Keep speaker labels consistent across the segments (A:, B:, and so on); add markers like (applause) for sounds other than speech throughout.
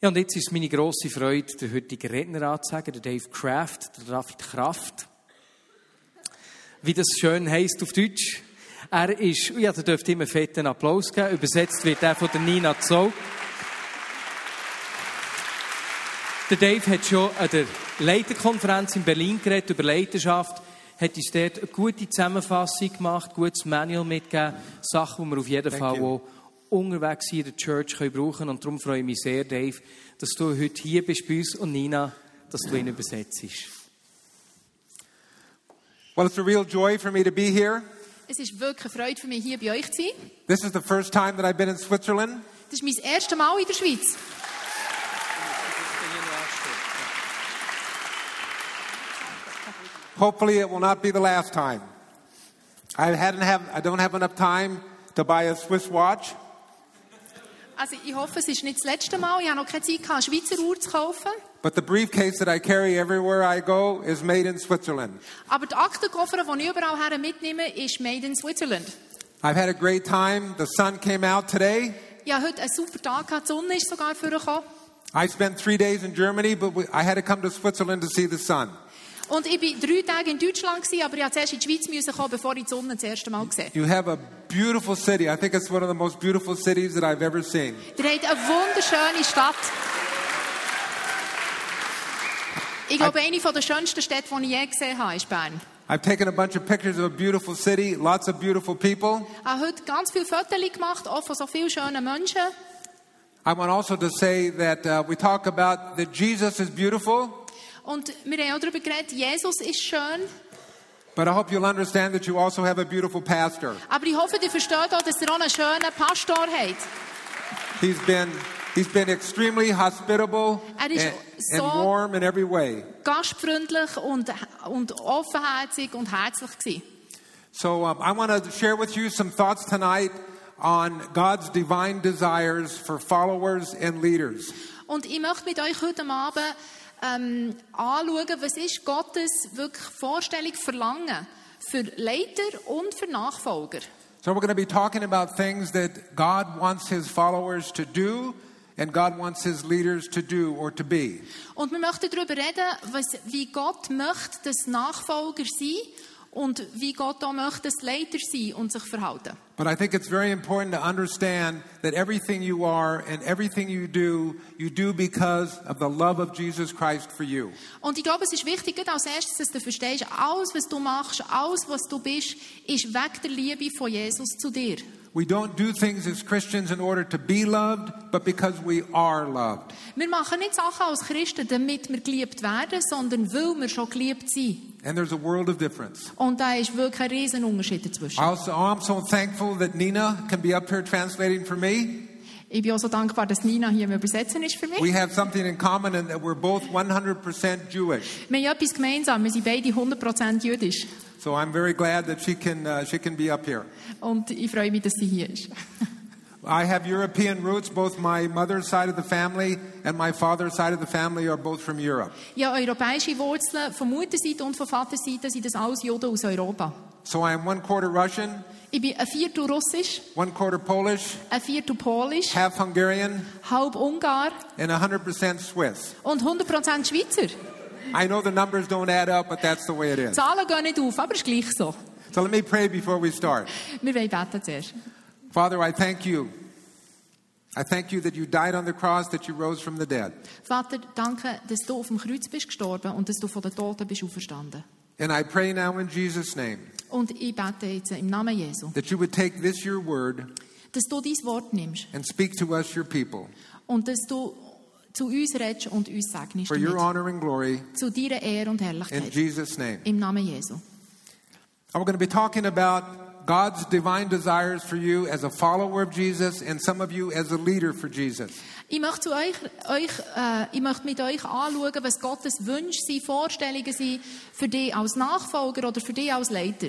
A: Ja, und jetzt ist meine grosse Freude, den heutigen Redner anzusagen, der Dave Kraft, der David Kraft. Wie das schön heisst auf Deutsch. Er ist, ja, da dürft immer fetten Applaus geben. Übersetzt wird er von der Nina Zoll. Der Dave hat schon an der Leiterkonferenz in Berlin geredet über Leiterschaft, hat uns dort eine gute Zusammenfassung gemacht, gutes Manual mitgegeben, Sachen, die wir auf jeden
B: Thank
A: Fall
B: you.
A: auch unterwegs hier in der Church können brauchen und darum freue ich mich sehr, Dave, dass du heute hier bist bei uns und Nina, dass du ihn übersetzt.
B: Well, it's a real joy for me to be here.
C: Es ist wirklich eine Freude für mich, hier bei euch zu sein.
B: This is the first time that I've been in Switzerland,
C: Das ist mein erstes Mal in der Schweiz.
B: Hopefully, it will not be the last time. I hadn't have I don't have enough time to buy a Swiss watch,
C: Also ich hoffe, es ist nicht das letzte Mal. Ich habe noch keine Zeit, gehabt, eine Schweizer Uhr zu kaufen.
B: but the briefcase that I carry everywhere I go is made in Switzerland.
C: Aber die Aktenkoffer, die ich überall her mitnehme, ist made in Switzerland.
B: I've had a great time. The sun came out today.
C: Ich hatte heute einen super Tag, gehabt. die Sonne ist sogar vorgekommen.
B: I spent three days in Germany, but we, I had to come to Switzerland to see the sun.
C: Und ich war drei Tage in Deutschland, gewesen, aber ich musste zuerst in die Schweiz müssen kommen, bevor ich die Sonne das erste Mal gesehen
B: You have a beautiful city. I think it's one of the most beautiful cities that I've ever seen.
C: habe. Ihr habt eine wunderschöne Stadt. Ich glaube, eine der schönsten Städte, die ich je gesehen habe, ist Bern.
B: I've taken a bunch of pictures of a beautiful city, lots of beautiful people.
C: Ich habe heute ganz viele Fotos gemacht, auch von so vielen schönen Menschen.
B: I want also to say that uh, we talk about that Jesus is beautiful,
C: Und wir haben auch darüber geredet, Jesus ist schön.
B: but I hope you'll understand that you also have a beautiful pastor.
C: Aber ich hoffe, ihr versteht auch, dass ihr auch einen schönen Pastor habt.
B: He's been he's been extremely hospitable
C: Er
B: and,
C: is
B: and
C: zo-
B: warm in every way.
C: Gastfreundlich und, und offenherzig und herzlich gewesen.
B: So um, I want to share with you some thoughts tonight on God's divine desires for followers and leaders.
C: Und ich möchte mit euch heute Abend ähm, anschauen, was ist Gottes wirklich Vorstellung, Verlangen für Leiter und für Nachfolger.
B: So we're going to be talking about things that God wants his followers to do and God wants his leaders to do or to be.
C: Und wir möchten darüber reden, was, wie Gott möchte, dass Nachfolger sein und wie Gott auch möchte, dass Leiter sein und sich verhalten.
B: But I think it's very important to understand that everything you are and everything you do, you do because of the love of Jesus Christ for you.
C: Und ich glaube, es ist wichtig, gerade als erstes, dass du verstehst, alles, was du machst, alles, was du bist, ist wegen der Liebe von Jesus zu dir.
B: We don't do things as Christians in order to be loved, but because we are loved.
C: Wir machen nicht Sachen als Christen, damit wir geliebt werden, sondern weil wir schon geliebt sind.
B: And there's a world of difference.
C: Und da ist wirklich ein riesen Unterschied dazwischen.
B: I Also, oh, I'm so thankful that Nina can be up here translating for me.
C: Ich bin auch so dankbar, dass Nina hier im Übersetzen ist für mich.
B: We have something in common in that we're both 100% Jewish.
C: Wir haben etwas gemeinsam, wir sind beide 100% jüdisch.
B: So I'm very glad that she can, uh, she can be up here.
C: Und ich freue mich, dass sie hier ist.
B: I have European roots. Both my mother's side of the family and my father's side of the family are both from Europe.
C: Ja, europäische Wurzeln von Mutterseite und von Vaterseite sind das alles Juden aus Europa.
B: So I am one quarter Russian,
C: Ich bin ein Viertel Russisch,
B: one quarter Polish,
C: ein Viertel Polisch,
B: half Hungarian,
C: halb Ungar
B: and 100% Swiss.
C: und 100% Schweizer.
B: I know the numbers don't add up, but that's the way it is.
C: Zahlen gehen nicht auf, aber ist gleich so.
B: So let me pray before we start.
C: Wir wollen beten zuerst.
B: Father, I thank you. I thank you that you died on the cross, that you rose from the dead.
C: Vater, danke, dass du auf dem Kreuz bist gestorben und dass du von den Toten bist auferstanden.
B: And I pray now in Jesus' name
C: Und ich bete jetzt im Namen Jesu,
B: that you would take this, your word,
C: dass du dein Wort nimmst
B: and speak to us, your people,
C: und dass du zu uns redest und uns segnest.
B: for your
C: Damit.
B: honor and glory
C: Zu deiner Ehre und
B: in
C: Herrlichkeit.
B: Jesus' name.
C: Im Namen Jesu.
B: And we're going to be talking about God's divine desires for you as a follower of Jesus and some of you as a leader for Jesus.
C: Ich möchte, zu euch, euch, äh, ich möchte mit euch anschauen, was Gottes Wünsche sind, Vorstellungen sind für dich als Nachfolger oder für dich als Leiter.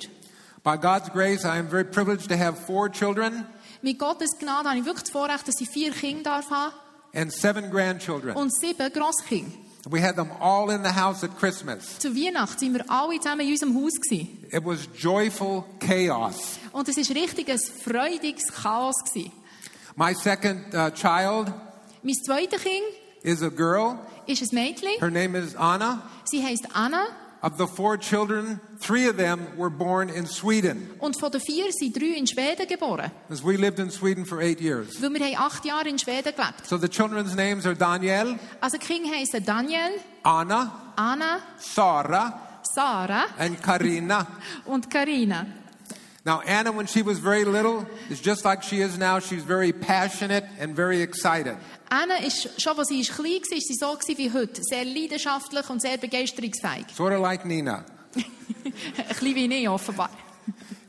B: By God's grace, I am very privileged to have four children
C: Mit Gottes Gnade habe ich wirklich das Vorrecht, dass ich vier Kinder darf haben
B: and seven grandchildren.
C: und sieben Grosskinder.
B: We had them all in the house at Christmas.
C: Zu Weihnachten waren wir alle zusammen in unserem Haus. Gewesen.
B: It was joyful chaos.
C: Und es war richtig ein freudiges Chaos. Gewesen.
B: My second uh, child,
C: Mein zweites Kind
B: is a girl.
C: ist ein Mädchen.
B: Her name is Anna.
C: Sie heißt Anna.
B: Of the four children, three of them were born in Sweden,
C: Und von den vier sind drei in Schweden geboren.
B: as we lived in Sweden for eight years.
C: Weil wir haben acht Jahre in Schweden gelebt.
B: So the children's names are Daniel,
C: Also die Kinder heissen Daniel,
B: Anna,
C: Anna,
B: Sara,
C: Sarah
B: and Karina.
C: und Karina.
B: Now, Anna, when she was very little, is just like she is now. She's very passionate and very excited.
C: Anna ist, schon als sie ist klein war, ist sie so gewesen wie heute. Sehr leidenschaftlich und sehr begeisterungsfähig. (laughs)
B: Sort of like Nina.
C: Ein bisschen wie ich, offenbar.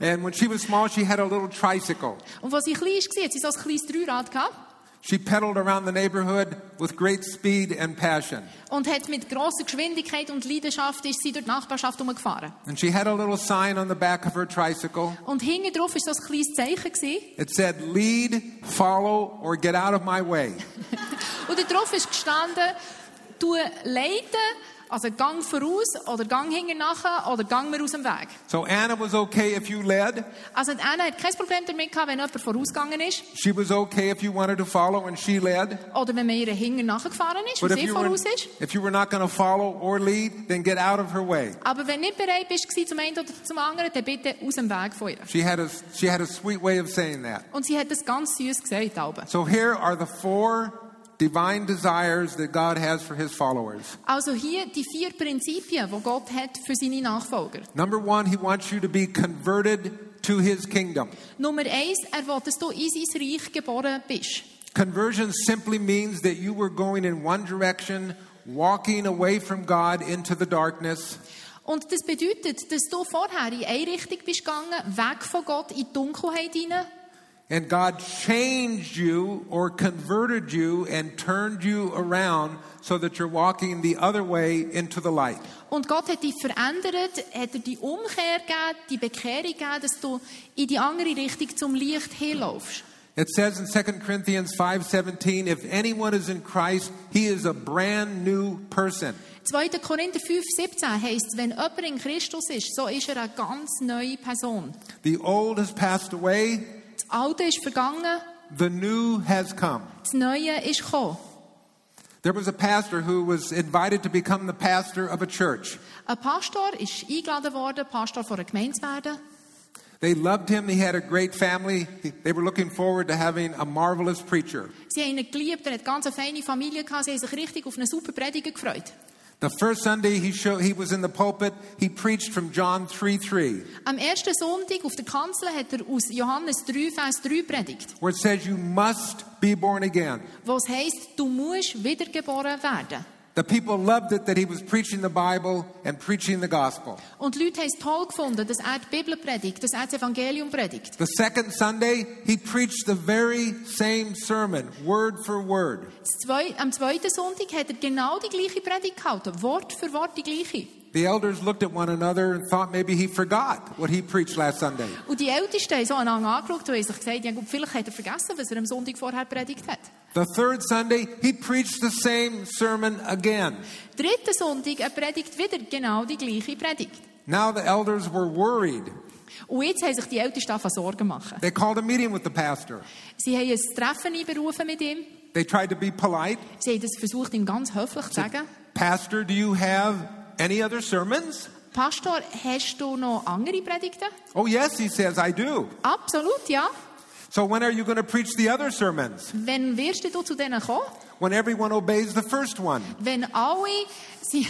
B: And when she was small, she had a little tricycle.
C: Und als sie klein war, hat sie so ein kleines Dreirad gehabt
B: She pedaled around the neighborhood with great speed and passion.
C: und hat mit grosser Geschwindigkeit und Leidenschaft ist sie durch die Nachbarschaft herumgefahren.
B: And she had a little sign on the back of her tricycle.
C: Und hinten drauf war so ein kleines Zeichen. Gewesen.
B: It said, Lead, follow, or get out of my way.
C: Und darauf ist gestanden, du leiten, also Gang voraus oder Gang hinten nachher oder Gang mir aus dem Weg.
B: So Anna was okay if you led.
C: Also die Anna hat kein Problem damit gehabt, wenn jemand vorausgegangen ist
B: She was okay if you wanted to follow and she led.
C: oder wenn man ihr hinten nachgefahren ist und
B: if
C: sie
B: you, were,
C: voraus ist.
B: if you were not going to follow or lead, then get out of her way.
C: Aber wenn nicht bereit bist gewesen zum einen oder zum anderen, dann bitte aus dem Weg von ihr.
B: She had a, she had a sweet way of saying that.
C: Und sie hat das ganz süß gesagt. Aber.
B: So here are the four divine desires that God has for his followers.
C: Also hier die vier Prinzipien, die Gott hat für seine Nachfolger.
B: Number one, he wants you to be converted to his kingdom.
C: Nummer eins, er will, dass du in sein Reich geboren bist.
B: Conversion simply means that you were going in one direction, walking away from God into the darkness,
C: Und das bedeutet, dass du vorher in eine Richtung bist gegangen, weg von Gott in die Dunkelheit hinein.
B: and God changed you or converted you and turned you around so that you're walking the other way into the light.
C: Und Gott hat dich verändert, hat dir die Umkehr gegeben, die Bekehrung gegeben, dass du in die andere Richtung zum Licht hinlaufst.
B: It says in 2 Corinthians 5:17, if anyone is in Christ, he is a brand new person.
C: 2. Korinther 5, 17 heisst, wenn jemand in Christus ist, so ist er eine ganz neue Person.
B: The old has passed away,
C: Das Alte ist vergangen,
B: the new has come.
C: das Neue ist gekommen.
B: There was a pastor who was invited to become the pastor of a church.
C: Ein Pastor ist eingeladen worden, Pastor von einer Gemeinde zu werden.
B: They loved him, he had a great family. He- They were looking forward to having a marvelous preacher.
C: Sie haben ihn geliebt, er hat ganz eine feine Familie gehabt, sie haben sich richtig auf eine super Prediger gefreut.
B: The first Sunday he show, he was in the pulpit, he preached from John 3:3,
C: Am ersten Sonntag auf der Kanzel hat er aus Johannes 3, Vers 3 predigt,
B: where it says you must be born again.
C: wo es heisst, du musst wiedergeboren werden.
B: The people loved it that he was preaching the Bible and preaching the gospel.
C: Und die Leute haben es toll gefunden, dass er die Bibel predigt, dass er das Evangelium predigt.
B: The second Sunday, he preached the very same sermon, word for word.
C: Das Zwei, am zweiten Sonntag hat er genau die gleiche Predigt gehalten, Wort für Wort die gleiche.
B: The elders looked at one another and thought maybe he forgot what he preached last Sunday.
C: Und die Ältesten haben so einander angeschaut und haben sich gesagt, ja, gut, vielleicht hat er vergessen, was er am Sonntag vorher predigt hat.
B: The third Sunday, he preached the same sermon again.
C: Dritten Sonntag, er predigt wieder genau die gleiche Predigt.
B: Now the elders were worried.
C: Und jetzt haben sich die Ältesten angefangen, Sorgen zu machen.
B: They called a meeting with the pastor.
C: Sie haben ein Treffen einberufen mit ihm.
B: They tried to be polite.
C: Sie haben das versucht, ihm ganz höflich zu sagen.
B: Pastor, do you have any other sermons?
C: Pastor, hast du noch andere Predigten?
B: Oh, yes, he says, I do.
C: Absolut, ja.
B: So when are you going to preach the other sermons?
C: Wenn wirst du zu denen kommen?
B: When everyone obeys the first one.
C: Wenn alle, sie,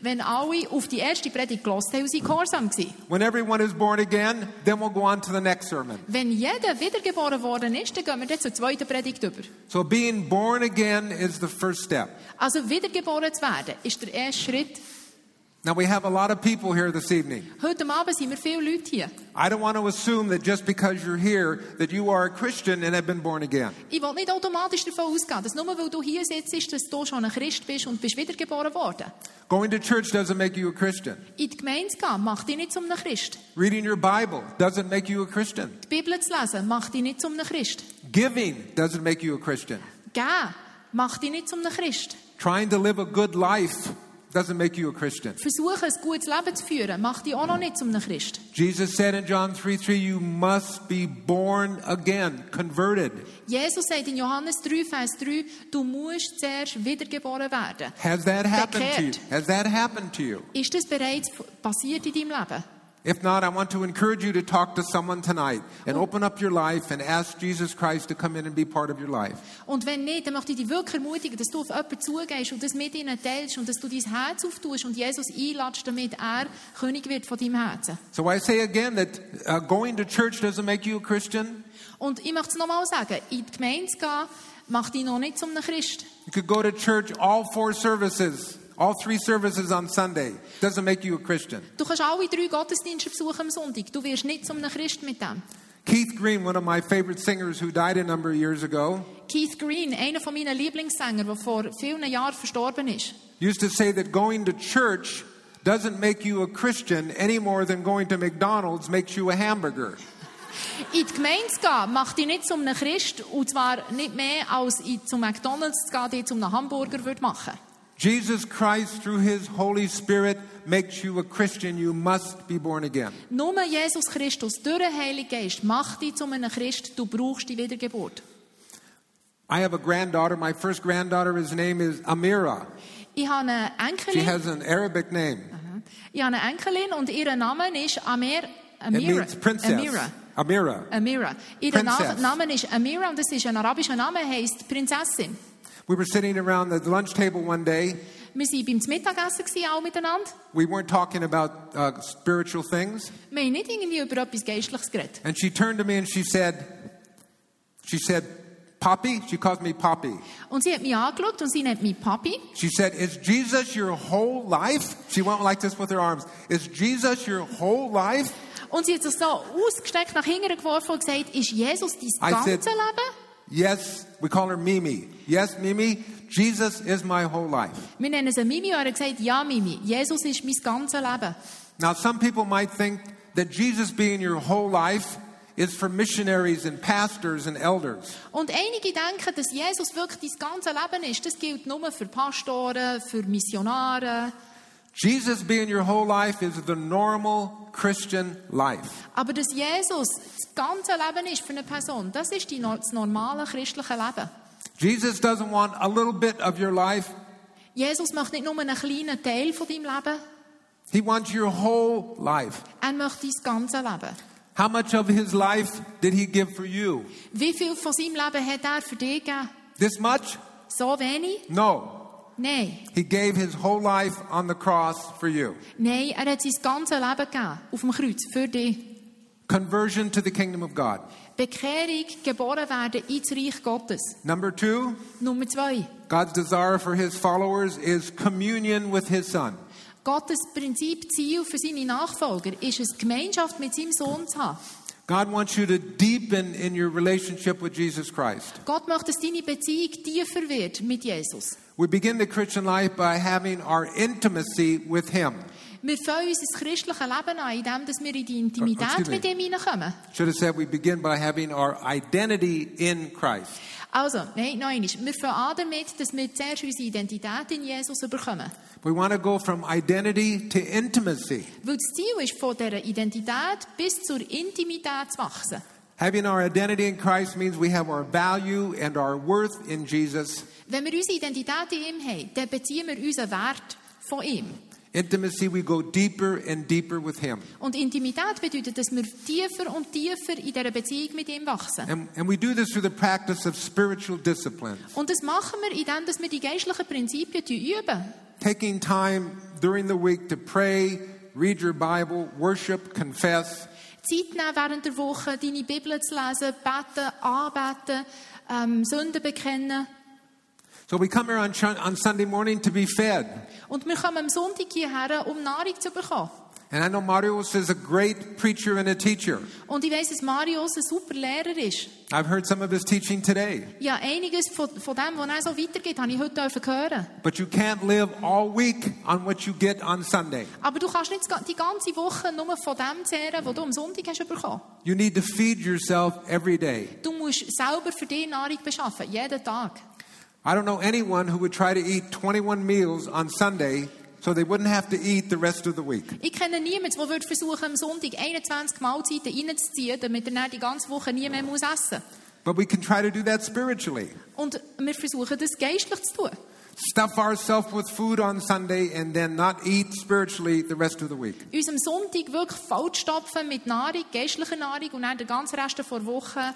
C: wenn alle auf die erste Predigt gelassen haben und sie gehorsam waren.
B: When everyone is born again, then we'll go on to the next sermon.
C: Wenn jeder wiedergeboren worden ist, dann gehen wir dann zur zweiten Predigt über.
B: So being born again is the first step.
C: Also wiedergeboren zu werden, ist der erste Schritt.
B: Now we have a lot of people here this evening.
C: Heute Abend sind wir viele Leute hier.
B: I don't want to assume that just because you're here that you are a Christian and have been born again.
C: Ich will nicht automatisch davon ausgehen, dass nur weil du hier sitzt, dass du schon ein Christ bist und bist wiedergeboren worden.
B: Going to church doesn't make you a Christian.
C: In die Gemeinde zu gehen, macht dich nicht zum einem Christ.
B: Reading your Bible doesn't make you a Christian.
C: Die Bibel zu lesen, macht dich nicht zum einem Christ.
B: Giving doesn't make you a Christian.
C: Gehen, macht dich nicht zum einem Christ.
B: Trying to live a good life doesn't make you a Christian.
C: Versuchen, ein gutes Leben zu führen, macht dich auch noch nicht zum einem Christ.
B: Jesus said in John 3 3, you must be born again, converted.
C: Jesus sagt in Johannes 3, Vers 3, du musst zuerst wiedergeboren werden.
B: Has that happened to you?
C: Bekehrt.
B: Has that happened to you?
C: Ist das bereits passiert in deinem Leben?
B: If not, I want to encourage you to talk to someone tonight and open up your life and ask Jesus Christ to come in and be part of your life.
C: Und wenn nicht, dann möchte ich dich wirklich ermutigen, dass du auf jemanden zugehst und das mit ihnen teilst und dass du dein Herz auftust und Jesus einladest, damit er König wird von deinem Herzen.
B: So I say again that uh, going to church doesn't make you a Christian.
C: Und ich möchte es nochmal sagen, in die Gemeinde zu gehen, macht dich noch nicht zum einem Christ.
B: You could go to church all four services, all three services on Sunday. Doesn't make you a Christian.
C: Du kannst alle drei Gottesdienste besuchen am Sonntag. Du wirst nicht zum einem Christ mit dem.
B: Keith Green, one of my favorite singers who died a number of years ago,
C: Keith Green, einer von meinen Lieblingssängern, der vor vielen Jahren verstorben ist,
B: used to say that going to church doesn't make you a Christian any more than going to McDonald's makes you a hamburger.
C: In die Gemeinde zu gehen, macht dich nicht zum einem Christ, und zwar nicht mehr, als in, zum McDonalds zu gehen, dich zum einem Hamburger würde machen.
B: Jesus Christ, through his Holy Spirit, makes you a Christian. You must be born again.
C: Nur Jesus Christus, durch den Heiligen Geist, macht dich zu einem Christ, du brauchst die Wiedergeburt.
B: I have a granddaughter. My first granddaughter, his name is Amira.
C: Ich habe eine
B: She
C: Enkelin,
B: has an Arabic name.
C: ich habe eine Enkelin und ihr Name ist Amer,
B: It
C: Amira.
B: means princess.
C: Amira.
B: Amira.
C: Amira. Ihr Na-
B: Princess.
C: Name ist Amira und das ist ein arabischer Name, heisst Prinzessin.
B: We were sitting around the lunch table one day.
C: Wir waren beim Mittagessen gewesen, alle miteinander.
B: We weren't talking about uh, spiritual things.
C: Wir haben nicht irgendwie über etwas Geistliches geredet.
B: And she turned to me and she said, she said, Poppy? She calls me Poppy.
C: Und sie hat mich angeschaut und sie nennt mich Papi.
B: She said, Is Jesus your whole life? She went like this with her arms. Is Jesus your whole life?
C: Und sie hat sich so ausgestreckt nach hinten geworfen und gesagt, ist Jesus dein
B: I said-
C: ganzes Leben?
B: Yes, we call her Mimi. Yes, Mimi, Jesus is my whole life.
C: Wir nennen sie Mimi und er hat gesagt, ja Mimi, Jesus ist mein ganzes Leben.
B: Now, some people might think that Jesus being your whole life is for missionaries and pastors and elders.
C: Und einige denken, dass Jesus wirklich dein ganzes Leben ist. Das gilt nur für Pastoren, für Missionare.
B: Jesus being your whole life is the normal Christian life.
C: Aber dass Jesus das ganze Leben ist für eine Person, das ist die, nor- das normale christliche Leben.
B: Jesus doesn't want a little bit of your life,
C: Jesus möchte nicht nur einen kleinen Teil von deinem Leben,
B: He wants your whole life.
C: er möchte dein ganze Leben.
B: How much of His life did He give for you?
C: Wie viel von seinem Leben hat er für dich gegeben?
B: This much?
C: So wenig?
B: No.
C: Nein.
B: He gave His whole life on the cross for you.
C: Nein, er hat sein ganzes Leben gegeben. Auf dem Kreuz. Für dich.
B: Conversion to the kingdom of God.
C: Bekehrung, geboren werden ins Reich Gottes.
B: Number two,
C: Nummer zwei.
B: God's desire for his followers is communion with his son.
C: Gottes Prinzip, Ziel für seine Nachfolger ist es, Gemeinschaft mit seinem Sohn zu haben.
B: God wants you to deepen in your relationship with Jesus Christ.
C: Gott möchte, dass deine Beziehung tiefer wird mit Jesus.
B: We begin the Christian life by having our intimacy with him.
C: Wir fangen unser christliches Leben an, indem dass wir in die Intimität
B: Excuse me.
C: mit ihm hineinkommen.
B: Should have said we begin by having our identity in Christ.
C: Also, nein, nein, wir fangen an damit, dass wir zuerst unsere Identität in Jesus bekommen.
B: We want to go from identity to intimacy.
C: Weil das Ziel ist, von dieser Identität bis zur Intimität zu wachsen.
B: Having our identity in Christ means we have our value and our worth in Jesus.
C: Wenn wir unsere Identität in ihm haben, dann beziehen wir unseren Wert von ihm.
B: Intimacy, we go deeper and deeper with him.
C: Und Intimität bedeutet, dass wir tiefer und tiefer in dieser Beziehung mit ihm wachsen.
B: And, and we do this through the practice of spiritual discipline,
C: Und das machen wir, indem dass wir die geistlichen Prinzipien üben.
B: taking time during the week to pray, read your Bible, worship, confess,
C: Zeit nehmen während der Woche, deine Bibel zu lesen, beten, anbeten, ähm, Sünden bekennen.
B: So we come here on, Chun- on Sunday morning to be fed.
C: Und wir kommen am Sonntag hierher, um Nahrung zu bekommen.
B: And I know Marius is a great preacher and a teacher.
C: Und ich weiss, dass Marius ein super Lehrer ist.
B: I've heard some of his teaching today.
C: Ja, einiges von, von dem, was er so weitergeht, habe ich heute dürfen hören.
B: But you can't live all week on what you get on Sunday.
C: Aber du kannst nicht die ganze Woche nur von dem zehren, was du am Sonntag hast bekommen.
B: You need to feed yourself every day.
C: Du musst selber für dich Nahrung beschaffen, jeden Tag.
B: I don't know anyone who would try to eat 21 meals on Sunday so they wouldn't have to eat the rest of the week.
C: Ich kenne niemanden, der würde versuchen, am Sonntag 21 Mahlzeiten reinzuziehen, damit er dann die ganze Woche nie mehr muss essen
B: But we can try to do that spiritually.
C: muss. Und wir versuchen, das geistlich zu tun.
B: Stuff ourselves with food on Sunday and then not eat spiritually the rest of the week.
C: Uns am Sonntag wirklich vollstopfen mit Nahrung, geistlicher Nahrung und dann den ganzen Rest der Woche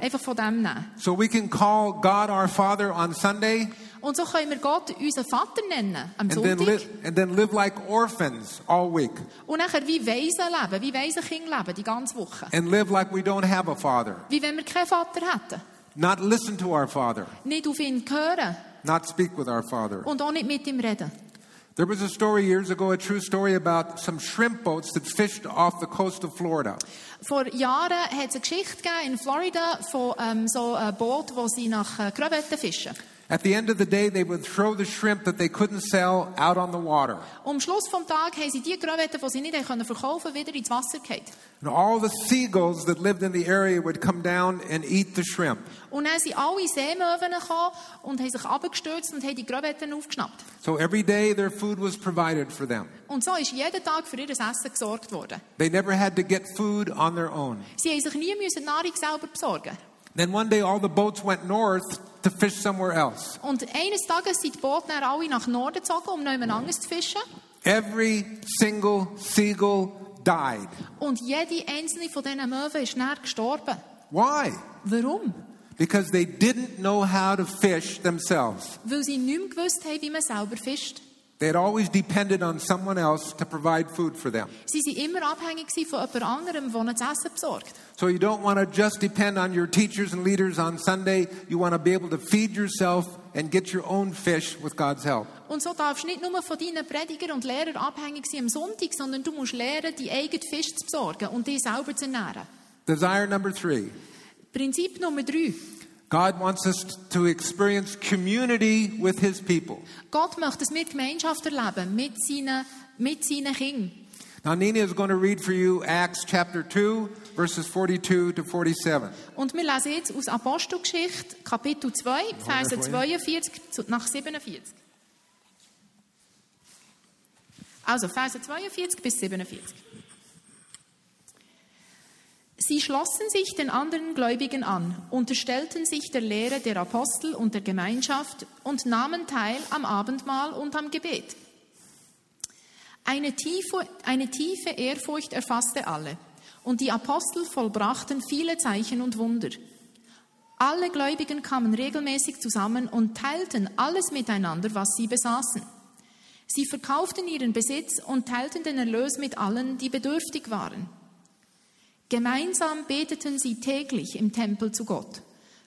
C: einfach von dem nehmen.
B: So we can call God our Father on Sunday
C: Und so können wir Gott unseren Vater nennen am
B: and then,
C: Sonntag
B: li- and then live like orphans all week
C: und nachher wie Weisen leben, wie Waisenkinder leben die ganze Woche.
B: and live like we don't have a father,
C: Wie wenn wir keinen Vater hätten.
B: not listen to our father,
C: Nicht auf ihn hören
B: not speak with our father.
C: und auch nicht mit ihm reden.
B: There was a story years ago, a true story about some shrimp boats that fished off the coast of Florida.
C: Vor Jahren hat es eine Geschichte gegeben in Florida von ähm, so einem Boot, wo sie nach äh, Krevetten fischen.
B: At the end of the day, they would throw the shrimp that they couldn't sell out on the water.
C: Und am Schluss des Tages haben sie die Krevetten, die sie nicht haben können verkaufen wieder ins Wasser gefallen.
B: And all the seagulls that lived in the area would come down and eat the shrimp.
C: Und dann sind alle Seemöwen gekommen und haben sich abgestürzt und haben die Krevetten aufgeschnappt.
B: So every day, their food was provided for them.
C: Und so ist jeden Tag für ihr Essen gesorgt worden.
B: They never had to get food on their own.
C: Sie haben sich nie müssen Nahrung selber besorgen.
B: Then one day, all the boats went north to fish somewhere else.
C: Und eines Tages sind die Boote dann alle nach Norden gezogen, um noch jemand anderes zu fischen.
B: Every single seagull died.
C: Und jede einzelne von diesen Möwen ist dann gestorben.
B: Why?
C: Warum?
B: Because they didn't know how to fish themselves.
C: Weil sie nicht mehr gewusst haben, wie man selber fischt.
B: They had always depended on someone else to provide food for them.
C: Sie waren immer abhängig gewesen von jemand anderem, der ihnen das Essen besorgt.
B: So you don't want to just depend on your teachers and leaders on Sunday. You want to be able to feed yourself and get your own fish with God's help.
C: Und so darfst du nicht nur von deinen Predigern und Lehrern abhängig sein am Sonntag, sondern du musst lernen, die eigenen Fisch zu besorgen und dich selber zu ernähren.
B: Desire number three
C: Prinzip Nummer drei.
B: God wants us to experience community with His people.
C: Gott möchte, dass wir Gemeinschaft erleben mit seinen, mit seinen Kindern.
B: Now, Nina is going to read for you Acts chapter 2, verses 42 to 47.
C: Und wir lesen jetzt aus Apostelgeschichte, Kapitel 2, Verse 42 zu- nach 47. Also, Verse 42 bis 47. Sie schlossen sich den anderen Gläubigen an, unterstellten sich der Lehre der Apostel und der Gemeinschaft und nahmen teil am Abendmahl und am Gebet. Eine tiefe, eine tiefe Ehrfurcht erfasste alle, und die Apostel vollbrachten viele Zeichen und Wunder. Alle Gläubigen kamen regelmäßig zusammen und teilten alles miteinander, was sie besaßen. Sie verkauften ihren Besitz und teilten den Erlös mit allen, die bedürftig waren. Gemeinsam beteten sie täglich im Tempel zu Gott,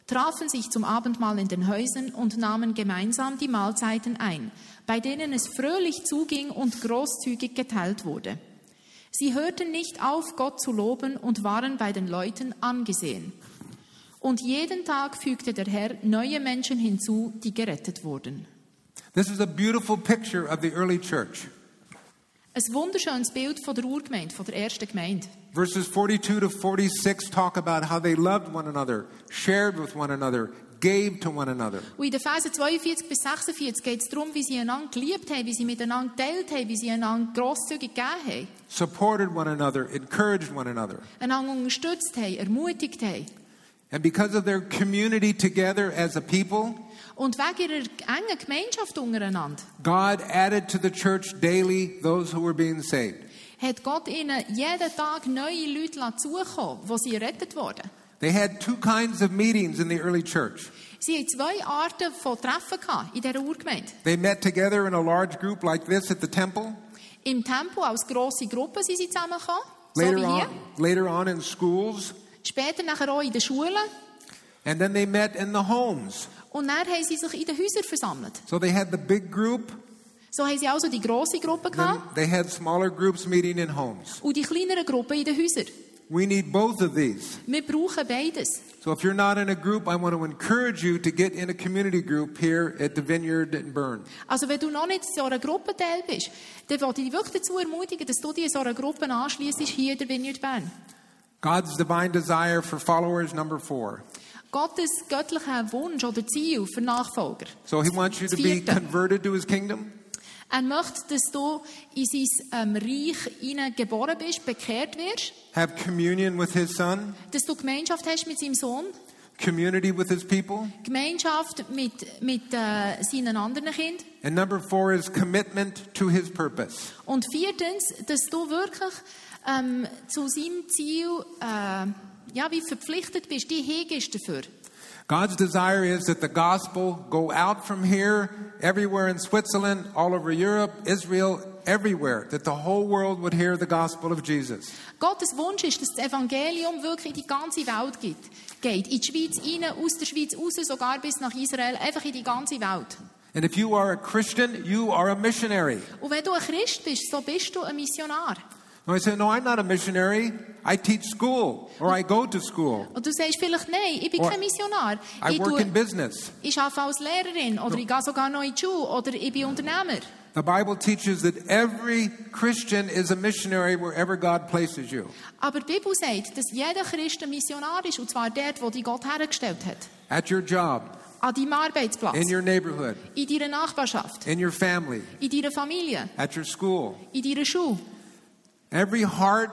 C: trafen sich zum Abendmahl in den Häusern und nahmen gemeinsam die Mahlzeiten ein, bei denen es fröhlich zuging und großzügig geteilt wurde. Sie hörten nicht auf, Gott zu loben und waren bei den Leuten angesehen. Und jeden Tag fügte der Herr neue Menschen hinzu, die gerettet wurden.
B: This is a beautiful picture of the early church.
C: Ein wunderschönes Bild von der Urgemeinde, von der ersten Gemeinde.
B: Verses 42 to 46 talk about how they loved one another, shared with one another, gave to one another.
C: Und in den Versen 42 bis 46 geht es darum, wie sie einander geliebt haben, wie sie miteinander geteilt haben, wie sie einander grosszügig gegeben haben,
B: supported one another, encouraged one another.
C: einander unterstützt haben, ermutigt haben.
B: And because of their community together as a people,
C: Und wegen ihrer engen Gemeinschaft untereinander
B: God added to the church daily those who were being saved.
C: hat Gott ihnen jeden Tag neue Leute lassen zukommen, die sie errettet wurden.
B: They had two kinds of meetings in the early church.
C: Sie hatten zwei Arten von Treffen gehabt in dieser Urgemeinde.
B: They met together in a large group like this at the temple.
C: Im Tempo als grosse Gruppe sind sie zusammengekommen, so
B: Later
C: wie hier.
B: on, later on in schools,
C: Später nachher auch in den Schulen.
B: and then they met in the homes.
C: Und dann haben sie sich in den Häusern versammelt.
B: So they had the big group,
C: So haben sie also die grosse Gruppe gehabt.
B: then they had smaller groups meeting in homes.
C: und die kleineren Gruppen in den Häusern.
B: We need both of these.
C: Wir brauchen beides.
B: So if you're not in a group, I want to encourage you to get in a community group here at the Vineyard in Bern.
C: Also wenn du noch nicht in so einer Gruppe teil bist, dann will ich dich wirklich dazu ermutigen, dass du dich in so einer Gruppe anschliessest hier in der Vineyard Bern.
B: God's divine desire for followers, number four.
C: Gottes göttlicher Wunsch oder Ziel für Nachfolger.
B: So he wants you to
C: Das
B: be
C: Vierte.
B: converted to his kingdom,
C: Er möchte, dass du in sein ähm, Reich hinein geboren bist, bekehrt wirst,
B: have communion with his son,
C: dass du Gemeinschaft hast mit seinem Sohn,
B: community with his people.
C: Gemeinschaft mit, mit äh, seinen anderen Kindern.
B: And number four is commitment to his purpose.
C: Und viertens, dass du wirklich ähm, zu seinem Ziel äh, ja, wie verpflichtet bist, die hegest dafür.
B: God's desire is that the gospel go out from here, everywhere in Switzerland, all over Europe, Israel, everywhere, that the whole world would hear the gospel of Jesus.
C: Gottes Wunsch ist, dass das Evangelium wirklich in die ganze Welt geht. geht. In die Schweiz rein, aus der Schweiz raus, sogar bis nach Israel, einfach in die ganze Welt.
B: And if you are a Christian, you are a missionary.
C: Und wenn du ein Christ bist, so bist du ein Missionar.
B: And I say, No, I'm not a missionary. I teach school or I go to school.
C: Und du sagst vielleicht, nein, ich bin
B: Or-
C: kein Missionar.
B: I
C: Ich,
B: work in
C: tue,
B: business.
C: ich arbeite als Lehrerin oder ich gehe sogar noch in die Schule oder ich bin Unternehmer.
B: The Bible teaches that every Christian is a missionary wherever God places you.
C: Aber die Bibel sagt, dass jeder Christ ein Missionar ist, und zwar dort, wo die Gott hergestellt hat.
B: At your job,
C: An deinem Arbeitsplatz,
B: in your neighborhood,
C: in deiner Nachbarschaft,
B: in your family,
C: in deiner Familie,
B: at your school.
C: in deiner Schule.
B: Every heart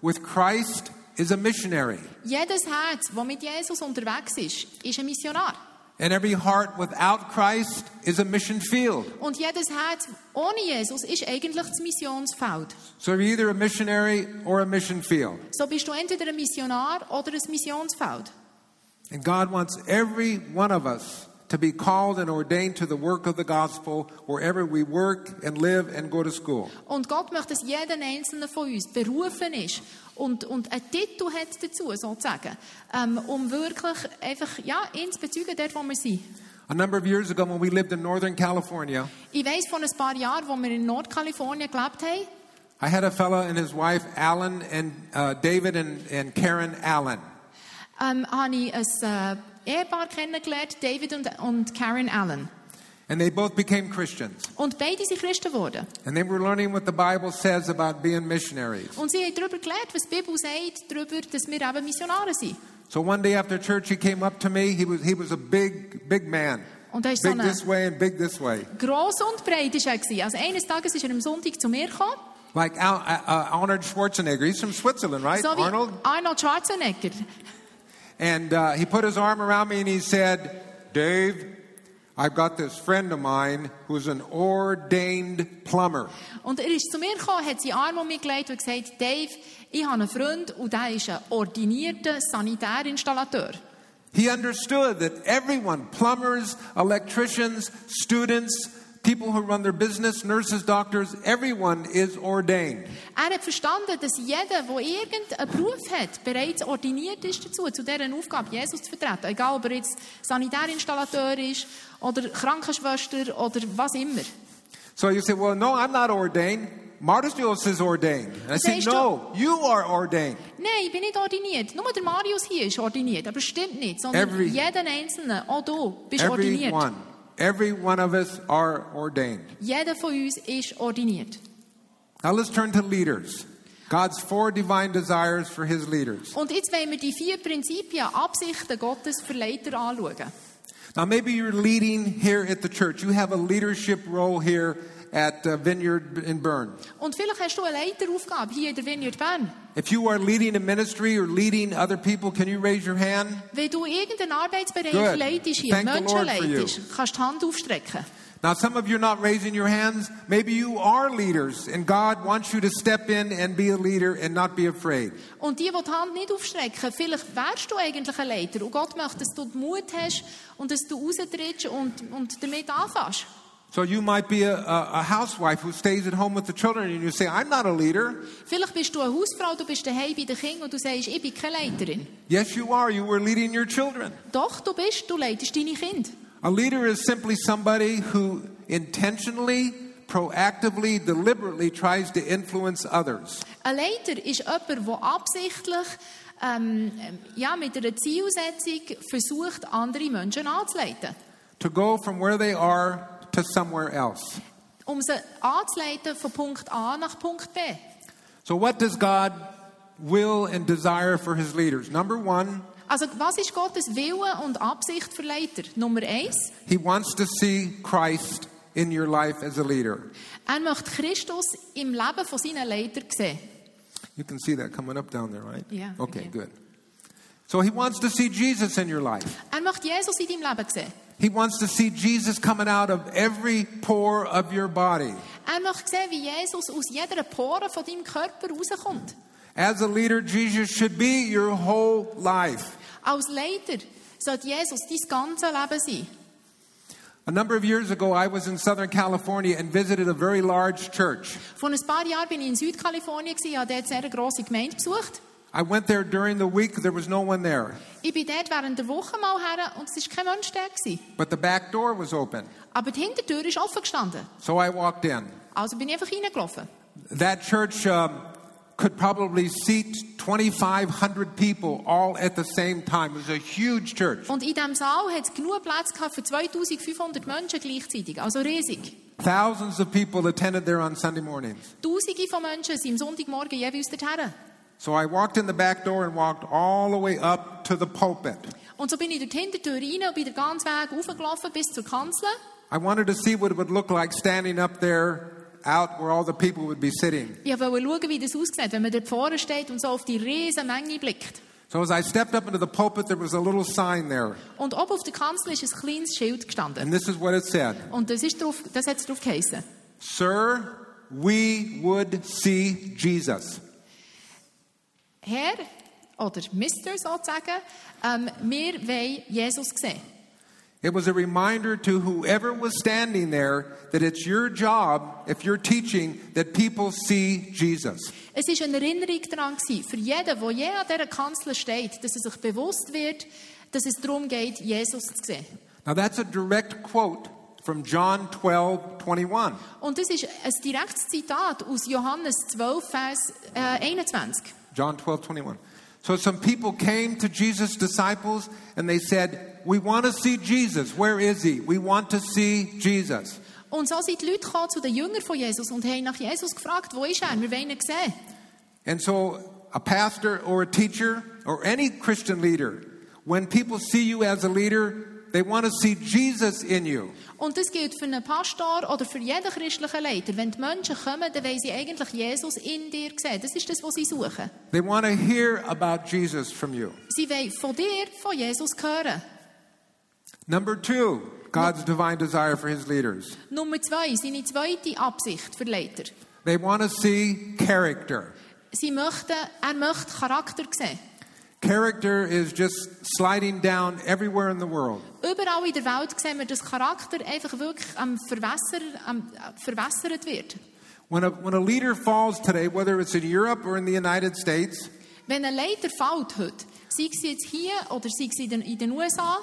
B: with Christ is a missionary,
C: Jedes Herz, das mit Jesus unterwegs ist, ist ein Missionar.
B: and every heart without Christ is a mission field.
C: Und jedes Herz ohne Jesus ist eigentlich das Missionsfeld.
B: So you're either a missionary or a mission field.
C: So bist du entweder ein Missionar oder ein Missionsfeld.
B: And God wants every one of us to be called and ordained to the work of the gospel wherever we work and live and go to school.
C: Und Gott möchte, dass jeder einzelne von uns berufen ist und, und einen Titel hat dazu, sozusagen, ähm, um wirklich einfach, ja, ihn zu bezeugen, dort, wo wir sind.
B: A number of years ago, when we lived in Northern California,
C: Ich weiss von ein paar Jahren, wo wir in Nordkalifornien gelebt haben,
B: I had a fella and his wife, Alan and uh, David and, and Karen Allen.
C: ähm, habe ich ein äh, Ehepaar kennengelernt, David und, und Karen Allen.
B: And they both became Christians.
C: Und beide sind Christen geworden.
B: And they were learning what the Bible says about being missionaries.
C: Und sie haben darüber gelernt, was die Bibel sagt, darüber, dass wir eben Missionare sind.
B: So one day after church, he came up to me. He was, he was a big, big man.
C: Und er ist so
B: Big
C: eine,
B: this way and big this way.
C: gross und breit war er. gewesen. Also eines Tages ist er am Sonntag zu mir gekommen,
B: Like Al, uh, uh, Arnold Schwarzenegger. He's from Switzerland, right?
C: so wie
B: Arnold?
C: Arnold Schwarzenegger.
B: And uh, he put his arm around me and he said, Dave, I've got this friend of mine who's an ordained plumber.
C: Und er ist zu mir gekommen, hat seinen Arm um mich gelegt und gesagt, Dave, ich habe einen Freund und der ist ein ordinierter Sanitärinstallateur.
B: He understood that everyone plumbers, electricians, students, people who run their business, nurses, doctors everyone is ordained.
C: Er hat verstanden, dass jeder, der irgendeinen Beruf hat, bereits ordiniert ist dazu, zu dieser Aufgabe, Jesus zu vertreten. Egal, ob er jetzt Sanitärinstallateur ist oder Krankenschwester oder was immer.
B: So you say, Well, no, I'm not ordained. Martius is ordained. And I say,
C: Say,
B: No, you are ordained.
C: Nein, ich bin nicht ordiniert. Nur der Marius hier ist ordiniert, aber es stimmt nicht. Sondern
B: Every-
C: jeder Einzelne, auch du, bist ordiniert.
B: Everyone. Every one of us are ordained.
C: Jeder von uns ist ordiniert.
B: Now let's turn to leaders. God's four divine desires for his leaders.
C: Und jetzt wollen wir die vier Prinzipien, Absichten Gottes für Leiter anschauen.
B: Now, maybe you're leading here at the church. You have a leadership role here at uh, Vineyard in Bern.
C: Und vielleicht hast du eine Leiteraufgabe hier in der Vineyard Bern.
B: If you are leading a ministry or leading other people, can you raise your hand?
C: Wenn du irgendeinen Arbeitsbereich
B: Good.
C: leitest hier,
B: Thank the
C: Menschen
B: Lord for you.
C: leitest, kannst du die Hand aufstrecken.
B: Now, some of you are not raising your hands. Maybe you are leaders, and God wants you to step in and be a leader and not be afraid.
C: Und die, die die Hand nicht aufstrecken, vielleicht wärst du eigentlich ein Leiter. Und Gott möchte, dass du den Mut hast und dass du raustrittst und, und damit anfängst.
B: So, you might be a, a, a housewife who stays at home with the children, and you say, I'm not a leader.
C: Vielleicht bist du eine Hausfrau, du bist daheim bei den Kindern und du sagst, ich bin keine Leiterin.
B: Yes, you are. You were leading your children.
C: Doch, du bist, du leitest deine Kinder.
B: A leader is simply somebody who intentionally, proactively, deliberately tries to influence others.
C: Ein Leiter ist jemand, der absichtlich ähm, ähm, ja, mit einer Zielsetzung versucht, andere Menschen anzuleiten.
B: To go from where they are to somewhere else.
C: Um sie anzuleiten von Punkt A nach Punkt B.
B: So, what does God will and desire for his leaders? Number one,
C: Also, was ist Gottes Wille und Absicht für Leiter? Nummer eins,
B: he wants to see Christ in your life as a leader.
C: Er möchte Christus im Leben von seinen Leitern sehen.
B: You can see that coming up down there, right?
C: Yeah,
B: Okay,
C: yeah.
B: good. So he wants to see Jesus in your life.
C: Er möchte Jesus in deinem Leben sehen.
B: He wants to see Jesus coming out of every pore of your body.
C: Er möchte sehen, wie Jesus aus jeder Pore von deinem Körper rauskommt.
B: As a leader, Jesus should be your whole life.
C: Als Leiter sollte Jesus dein ganzes Leben sein.
B: A number of years ago, I was in Southern California and visited a very large church.
C: Vor ein paar Jahren bin ich in Südkalifornien und habe dort sehr eine grosse Gemeinde besucht.
B: I went there during the week, there was no one there,
C: Ich bin dort während der Woche mal her und es war kein Mensch da. Gewesen.
B: but the back door was open.
C: Aber die Hintertür ist offen gestanden.
B: So I walked in.
C: Also bin ich einfach reingelaufen.
B: That church um, could probably seat 2,500 people all at the same time. It was a huge church.
C: Und in diesem Saal hat es genug Platz gehabt für 2500 Menschen gleichzeitig. Also riesig.
B: Thousands of people attended there on Sunday mornings.
C: Tausende von Menschen sind am Sonntagmorgen jeweils dorthin.
B: So I walked in the back door and walked all the way up to the pulpit.
C: Und so bin ich durch die Hintertür rein und bin den ganzen Weg raufgelaufen bis zur Kanzel.
B: I wanted to see what it would look like standing up there, out where all the people would be sitting.
C: Ich wollte schauen, wie das aussieht, wenn man dort vorne steht und so auf die riesen Menge blickt.
B: So as I stepped up into the pulpit, there was a little sign there,
C: Und oben auf der Kanzel ist ein kleines Schild gestanden.
B: and this is what it said
C: Und das, ist drauf, das hat es drauf geheissen.
B: Sir, we would see Jesus.
C: Herr, oder Mister sozusagen, ähm, wir wollen Jesus sehen.
B: It was a reminder to whoever was standing there that it's your job, if you're teaching, that people see Jesus.
C: Es war eine Erinnerung daran, gewesen, für jeden, der je an dieser Kanzel steht, dass er sich bewusst wird, dass es darum geht, Jesus zu sehen.
B: Now, that's a direct quote from John 12 21.
C: Und das ist ein direktes Zitat aus Johannes 12, Vers äh, 21.
B: John 12, 21. So some people came to Jesus' disciples and they said, We want to see Jesus. Where is he? We want to see Jesus.
C: Und so sind die Leute gekommen zu den Jüngern von Jesus und haben nach Jesus gefragt, wo ist er? Wir wollen ihn sehen.
B: And so a pastor or a teacher or any Christian leader, when people see you as a leader, they want to see Jesus in you.
C: Und das gilt für einen Pastor oder für jeden christlichen Leiter. Wenn die Menschen kommen, dann wollen sie eigentlich Jesus in dir sehen. Das ist das, was sie suchen.
B: They want to hear about Jesus from you.
C: Sie wollen von dir, von Jesus hören.
B: Number two, God's divine desire for his leaders.
C: Nummer zwei, seine zweite Absicht für Leiter.
B: They want to see character.
C: Sie möchten, er möchte Charakter sehen.
B: Character is just sliding down everywhere in the world.
C: Überall in der Welt sehen wir, dass Charakter einfach wirklich am Verwässer, am, äh, verwässert wird.
B: When a, when a leader falls today, whether it's in Europe or in the United States,
C: Wenn ein Leiter fällt heute, sei es jetzt hier oder sei es in den, in den USA,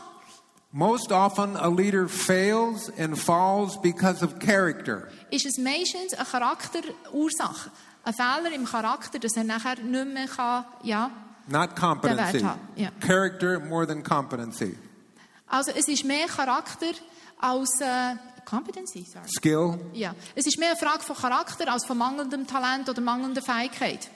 B: most often a leader fails and falls because of character.
C: ist es meistens eine Charakterursache. Ein Fehler im Charakter, dass er nachher nicht mehr kann, ja.
B: Not competency.
C: Devata, yeah.
B: Character more than competency.
C: Also es ist mehr Charakter als, äh, Competency, sorry.
B: Skill.
C: Ja, es ist mehr eine Frage von Charakter als von mangelndem Talent oder mangelnder Fähigkeit.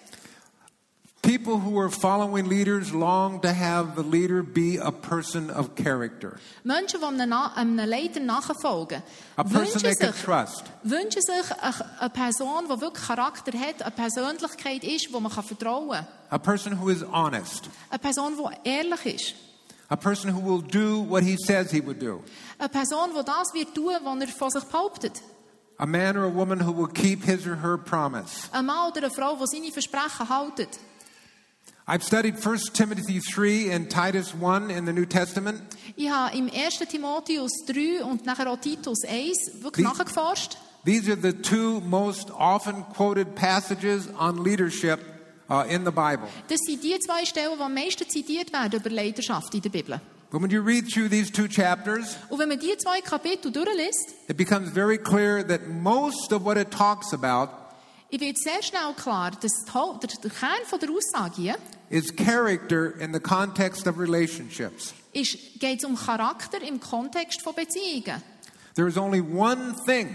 B: People who are following leaders long to have the leader be a person of character.
C: Menschen, die einem, Na- einem Leiter nachfolgen,
B: A person they
C: wünschen
B: can
C: sich,
B: trust.
C: wünschen sich eine, eine Person, die wirklich Charakter hat, eine Persönlichkeit ist, wo man kann vertrauen kann.
B: A person who is honest.
C: Eine Person, die ehrlich ist.
B: A person who will do what he says he would do.
C: Eine Person, die das wird tun, was er von sich behauptet.
B: A man or a woman who will keep his or her promise.
C: Ein Mann oder eine Frau, die seine Versprechen haltet.
B: I've studied 1 Timothy 3 and Titus 1 in the New Testament.
C: Ich habe im 1. Timotheus 3 und nachher auch Titus 1 wirklich
B: Wie-
C: nachgeforscht.
B: These are the two most often quoted passages on leadership uh, in the Bible.
C: Das sind die zwei Stellen, die am meisten zitiert werden über Leidenschaft in der Bibel.
B: But when you read through these two chapters,
C: Und wenn man die zwei Kapitel durchliest,
B: it becomes very clear that most of what it talks about
C: ich wird sehr schnell klar, dass die Haupt- der der Kern von der Aussage hier
B: is character in the context of relationships.
C: ist, geht es um Charakter im Kontext von Beziehungen.
B: There is only one thing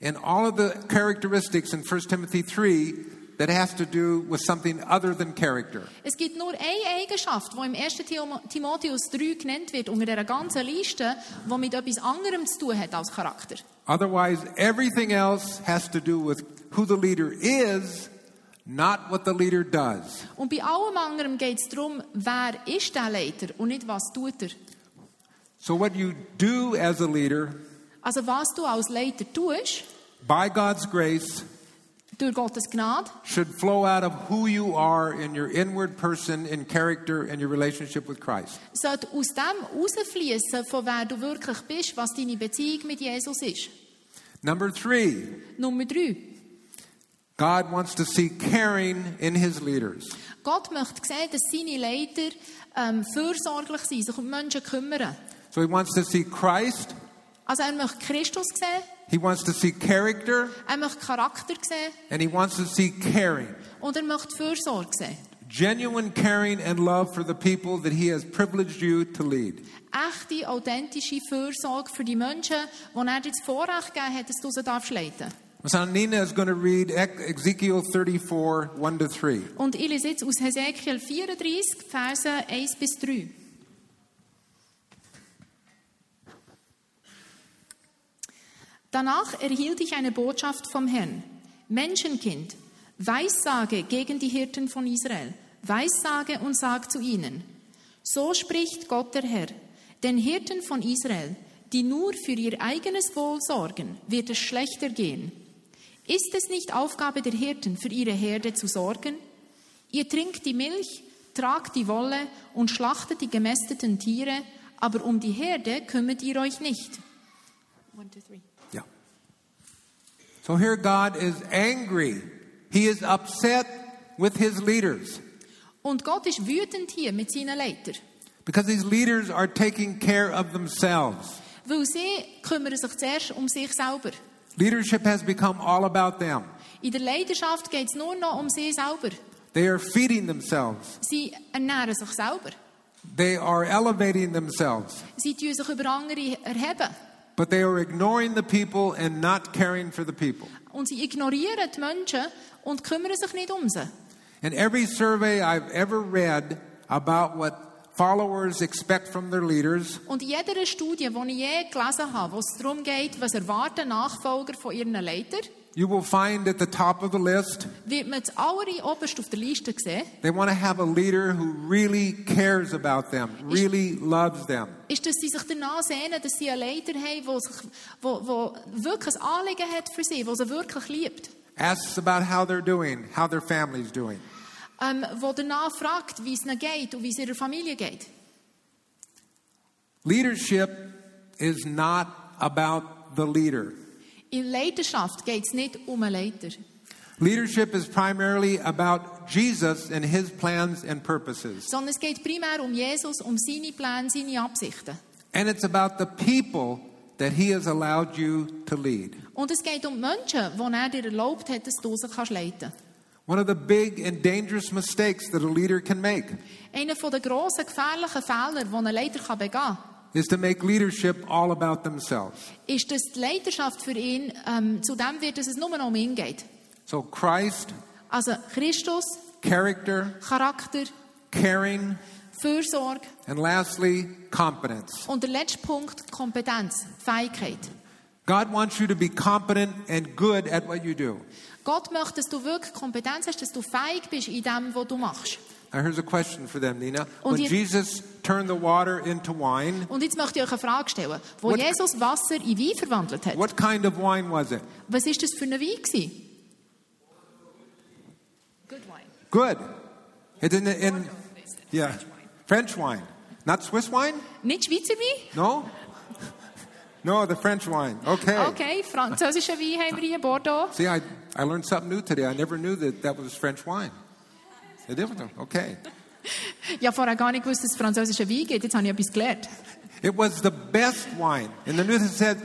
B: in all of the characteristics in 1 Timothy 3 that has to do with something other than character.
C: Es gibt nur eine Eigenschaft, die im 1. Thimo- Timotheus 3 genannt wird, unter dieser ganzen Liste, die mit etwas anderem zu tun hat als Charakter.
B: Otherwise, everything else has to do with who the leader is, not what the leader does.
C: Und bei allem anderen geht es darum, wer ist der Leiter und nicht, was tut er.
B: So, what you do as a leader,
C: Also was du als Leiter tust,
B: by God's grace,
C: durch Gottes Gnade,
B: should flow out of who you are in your inward person, in character, and your relationship with Christ.
C: sollte aus dem herausfließen, von wer du wirklich bist, was deine Beziehung mit Jesus ist.
B: Number three,
C: Nummer drei.
B: God wants to see caring in his leaders.
C: Gott möchte sehen, dass seine Leiter ähm, fürsorglich sind, sich um die Menschen kümmern.
B: So, he wants to see Christ,
C: Also er möchte Christus sehen,
B: he wants to see character,
C: er möchte Charakter sehen
B: and he wants to see caring.
C: und er möchte Fürsorge sehen.
B: Genuine caring and love for the people that he has privileged you to lead.
C: Echte, authentische Fürsorge für die Menschen, die er dir das Vorrecht gegeben hat, dass du sie darfst leiten.
B: Miss Nina is going to read Ec- Ezekiel 34, 1 to 3.
C: Und ich lese jetzt aus Hesekiel 34, Verse 1 bis 3. Danach erhielt ich eine Botschaft vom Herrn. Menschenkind, Weissage gegen die Hirten von Israel. Weissage und sag zu ihnen. So spricht Gott der Herr. Den Hirten von Israel, die nur für ihr eigenes Wohl sorgen, wird es schlechter gehen. Ist es nicht Aufgabe der Hirten, für ihre Herde zu sorgen? Ihr trinkt die Milch, tragt die Wolle und schlachtet die gemästeten Tiere, aber um die Herde kümmert ihr euch nicht.
B: Yeah. So here God is angry. He is upset with his leaders
C: Und Gott ist wütend hier mit seinen Leitern,
B: because these leaders are taking care of themselves.
C: weil sie kümmern sich zuerst um sich selber.
B: Leadership has become all about them.
C: In der Leidenschaft geht es nur noch um sie selber.
B: They are feeding themselves.
C: Sie ernähren sich selber.
B: They are elevating themselves.
C: Sie tun sich über andere erheben.
B: But they are ignoring the people and not caring for the people.
C: Und sie ignorieren die Menschen und kümmern sich nicht um sie.
B: In every survey I've ever read about what followers expect from their leaders,
C: Und in jeder Studie, die ich je gelesen habe, wo es darum geht, was erwarten Nachfolger von ihren Leitern,
B: you will find at the top of the list,
C: wird man das alleroberst auf der Liste sehen,
B: they want to have a leader who really cares about them, really loves them.
C: ist, dass sie sich danach sehnen, dass sie einen Leiter haben, der sich, wo, wo wirklich ein Anliegen hat für sie, der sie wirklich liebt.
B: Asks about how they're doing, how their family's doing.
C: Ähm, der danach fragt, wie es ihnen geht und wie es ihrer Familie geht.
B: Leadership is not about the leader.
C: In Leiterschaft geht es nicht um einen Leiter.
B: Leadership is primarily about Jesus and his plans and purposes.
C: Sondern es geht primär um Jesus, um seine Pläne, seine Absichten.
B: And it's about the people that he has allowed you to lead.
C: Und es geht um die Menschen, die er dir erlaubt hat, dass du sie kannst leiten kannst.
B: One of the big and dangerous mistakes that a leader can make
C: Einer der grossen, gefährlichen Fehler, die ein Leiter kann begehen kann,
B: is to make leadership all about themselves.
C: ist, dass die Leidenschaft für ihn ähm, zu dem wird, dass es nur noch um ihn geht.
B: So, Christ,
C: Also Christus,
B: character,
C: Charakter,
B: caring,
C: Fürsorge
B: and lastly, competence.
C: und der letzte Punkt, Kompetenz, Fähigkeit.
B: God wants you to be competent and good at what you do.
C: Gott möchte, dass du wirklich Kompetenz hast, dass du fähig bist in dem, was du machst.
B: Now, here's a question for them, Nina.
C: Und
B: When
C: ihr-
B: Jesus turned the water into wine,
C: Und jetzt möchte ich euch eine Frage stellen. Wo
B: What-
C: Jesus Wasser in Wein verwandelt hat,
B: what kind of wine was it?
C: was ist das für ein Wein? Gewesen?
B: Good. It didn't. In, yeah. French wine. Not Swiss wine?
C: Nicht Schweizer
B: (laughs)
C: Wein?
B: No? No, the French wine. Okay.
C: Okay, französischer Wein haben wir hier, Bordeaux.
B: See, I, I learned something new today. I never knew that that was French wine. It different. Okay.
C: Ich habe vorher gar nicht gewusst, dass es französischer Wein gibt. Jetzt habe ich etwas gelernt.
B: It was the best wine. And the news it said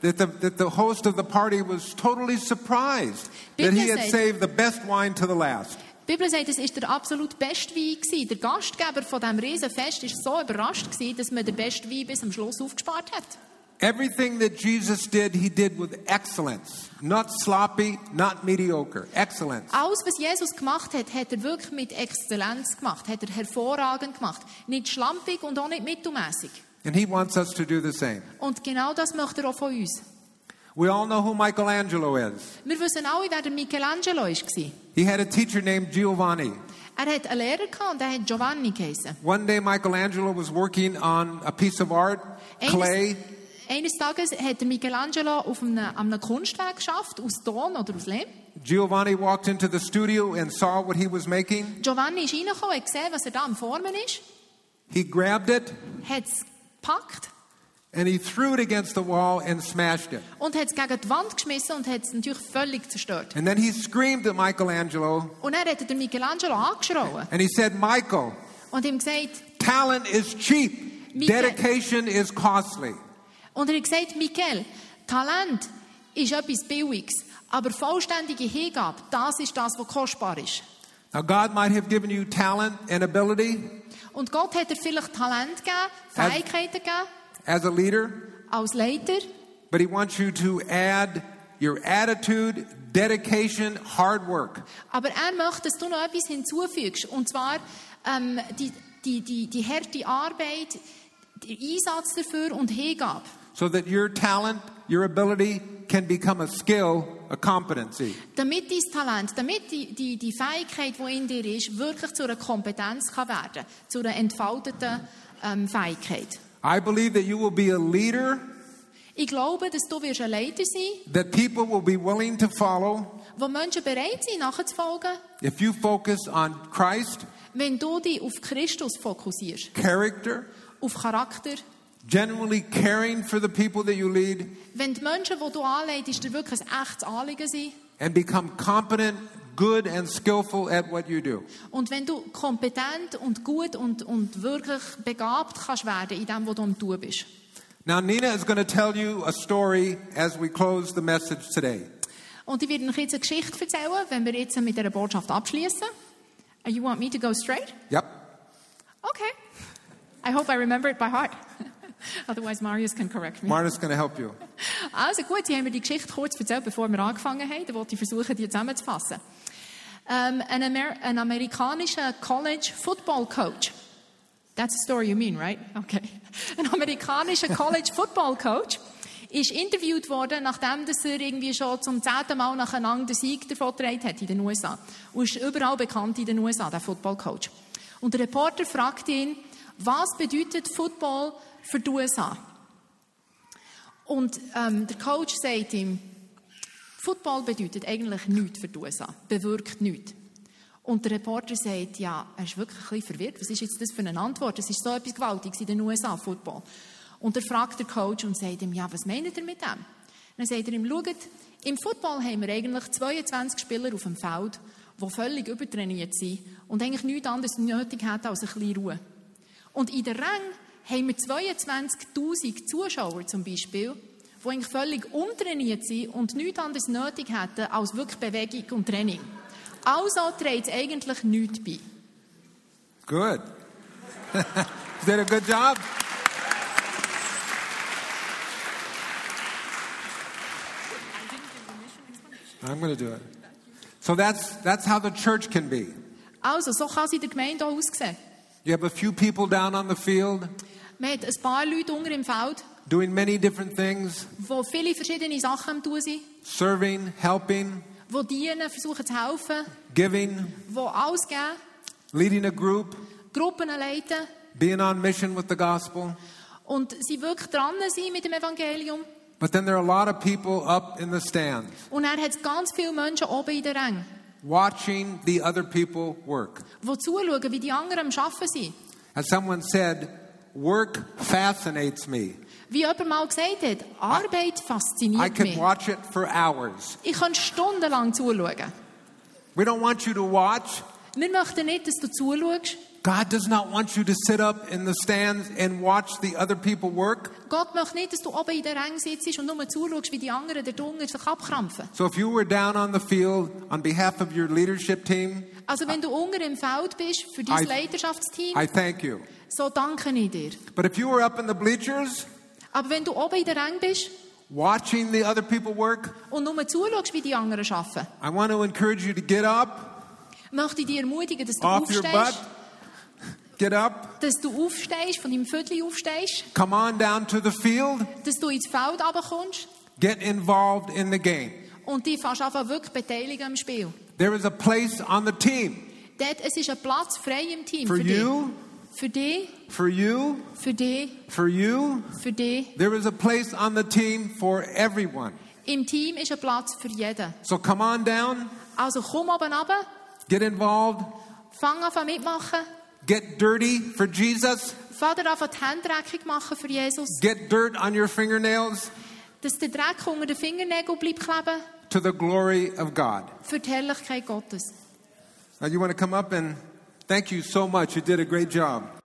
B: that the, that the host of the party was totally surprised that he had
C: Because I-
B: saved the best wine to the last.
C: Die Bibel sagt, es war der absolut beste Wein. Gewesen. Der Gastgeber von diesem Riesenfest war so überrascht, gewesen, dass man den besten Wein bis am Schluss aufgespart hat.
B: Everything that Jesus did, he did with excellence. Not sloppy, not mediocre. Excellence.
C: Alles, was Jesus gemacht hat, hat er wirklich mit Exzellenz gemacht, hat er hervorragend gemacht. Nicht schlampig und auch nicht mittelmässig.
B: And he wants us to do the same.
C: Und genau das möchte er auch von uns.
B: We all know who Michelangelo is.
C: Wir wissen alle, wer der Michelangelo war.
B: He had a teacher named Giovanni.
C: Er hat einen Lehrer gehabt und der hat Giovanni geheißen.
B: One day, Michelangelo was working on a piece of art, clay,
C: Eines, eines Tages hat der Michelangelo auf einem, an einem Kunstwerk geschafft, aus Ton oder aus Lehm.
B: Giovanni walked into the studio and saw what he was making.
C: Giovanni ist reingekommen, hat gesehen, was er da am Formen ist,
B: He grabbed it
C: hat es gepackt
B: and he threw it against the wall and smashed it.
C: und hat es gegen die Wand geschmissen und hat es natürlich völlig zerstört.
B: And then he screamed at Michelangelo
C: Und dann hat er den Michelangelo angeschrien
B: and he said, Michael,
C: und ihm gesagt,
B: talent is cheap,
C: Michel-
B: dedication is costly.
C: und er hat gesagt, Michel, Talent ist etwas Billiges, aber vollständige Hingabe, das ist das, was kostbar ist.
B: Now, God might have given you talent and ability
C: Und Gott hat dir vielleicht Talent gegeben, Fähigkeiten gegeben,
B: as a leader,
C: als Leiter,
B: but he wants you to add your attitude, dedication, hard work.
C: aber er möchte, dass du noch etwas hinzufügst. Und zwar ähm, die, die, die, die harte Arbeit, der Einsatz dafür und Hingabe.
B: so that your talent, your ability can become a skill, a competency.
C: Damit dein Talent, damit die, die, die Fähigkeit, die in dir ist, wirklich zu einer Kompetenz kann werden zu einer entfalteten ähm, Fähigkeit.
B: I believe that you will be a leader
C: Ich glaube, dass du wirst ein Leiter sein
B: that people will be willing to follow
C: wo Menschen bereit sind, nachzufolgen,
B: if you focus on Christ,
C: wenn du dich auf Christus fokussierst,
B: character,
C: auf Charakter.
B: genuinely caring for the people that you lead,
C: Wenn die Menschen, die du anleitest, dir wirklich ein echtes Anliegen sind
B: and become competent, good, and skillful at what you do.
C: und wenn du kompetent und gut und, und wirklich begabt kannst werden in dem, was du am Tun bist.
B: Now, Nina is going to tell you a story as we close the message today.
C: Und ich werde euch jetzt eine Geschichte erzählen, wenn wir jetzt mit dieser Botschaft abschließen. Uh, You want me to go straight?
B: Yep.
C: Okay. I hope I remember it by heart. (laughs) Otherwise Marius can correct me.
B: Marna's going to help you.
C: Also gut, hier haben wir die Geschichte kurz erzählt, bevor wir angefangen haben. Dann wollte ich versuchen, die zusammenzufassen. Ähm, ein, Amer ein amerikanischer College Football Coach. That's the story you mean, right? Okay. Ein amerikanischer College Football Coach ist interviewt worden, nachdem dass er irgendwie schon zum zehnten Mal nacheinander den Sieg davongetragen hat in den USA. Und ist überall bekannt in den USA, der Football Coach. Und der Reporter fragt ihn, was bedeutet Football für die USA? Und ähm, der Coach sagt ihm, Football bedeutet eigentlich nichts für die USA, bewirkt nichts. Und der Reporter sagt, ja, er ist wirklich ein bisschen verwirrt. Was ist jetzt das für eine Antwort? Das ist so etwas Gewaltiges in den USA, Football. Und er fragt den Coach und sagt ihm, ja, was meint ihr mit dem? Dann sagt er ihm, schaut, im Football haben wir eigentlich 22 Spieler auf dem Feld, die völlig übertrainiert sind und eigentlich nichts anderes nötig hätten als ein bisschen Ruhe. Und in der Rang haben wir 22.000 Zuschauer zum Beispiel, die eigentlich völlig untrainiert sind und nichts anderes nötig hätten als wirklich Bewegung und Training. Also trägt es eigentlich nichts bei.
B: Good. (laughs) Did a good job? I'm going to do it. So that's, that's how the church can be.
C: Also, so kann es in der Gemeinde auch aussehen.
B: You have a few people down on the field
C: Man hat ein paar Leute unter im Feld,
B: doing many different things,
C: die viele verschiedene Sachen am Tun sind,
B: serving, helping,
C: die dienen, versuchen zu helfen,
B: giving,
C: die alles geben,
B: leading a group,
C: Gruppen leiten
B: being on mission with the gospel.
C: und sie wirklich dran sind mit dem Evangelium.
B: But then there are a lot of people up in the stands
C: Und er hat es ganz viele Menschen oben in den Rängen.
B: watching the other people work.
C: die zuschauen, wie die anderen am Arbeiten sind.
B: As someone said, work fascinates me.
C: Wie jemand mal gesagt hat, Arbeit
B: I
C: fasziniert
B: can
C: mich.
B: watch it for hours.
C: Ich kann stundenlang zuschauen.
B: We don't want you to watch.
C: Wir möchten nicht, dass du zuschaust.
B: God does not want you to sit up in the stands and watch the other people work.
C: Gott möchte nicht, dass du oben in den Rängen sitzt und nur zuschaust, wie die anderen dort unten sich abkrampfen.
B: So if you were down on the field on behalf of your leadership team,
C: Also wenn du unten im Feld bist, für dein
B: I-
C: Leiterschaftsteam,
B: I thank you.
C: so danke ich dir.
B: But if you were up in the bleachers,
C: Aber wenn du oben in der Ränge bist
B: watching the other people work,
C: und nur zuschaust, wie die anderen arbeiten,
B: I want to encourage you to get up,
C: möchte ich dich ermutigen, dass du
B: off your butt,
C: aufstehst,
B: get up,
C: dass du aufstehst, von deinem Viertel aufstehst,
B: come on down to the field,
C: dass du ins Feld runterkommst
B: get involved in the game.
C: und dich fast einfach wirklich beteiligen am Spiel.
B: There is a place on the team
C: Dort, es ist ein Platz frei im Team
B: for
C: für dich.
B: you,
C: Für dich,
B: for you,
C: für dich,
B: for you.
C: für dich.
B: There is a place on the team for everyone.
C: Im Team ist ein Platz für jeden.
B: So come on down,
C: Also komm oben runter,
B: get involved,
C: fang an mitmachen,
B: get dirty for Jesus,
C: fang dir an die Hände machen für Jesus,
B: get dirt on your fingernails
C: dass der Dreck unter den Fingernägeln bleibt kleben
B: to the glory of God.
C: für die Herrlichkeit Gottes.
B: Now you want to come up and thank you so much. You did a great job.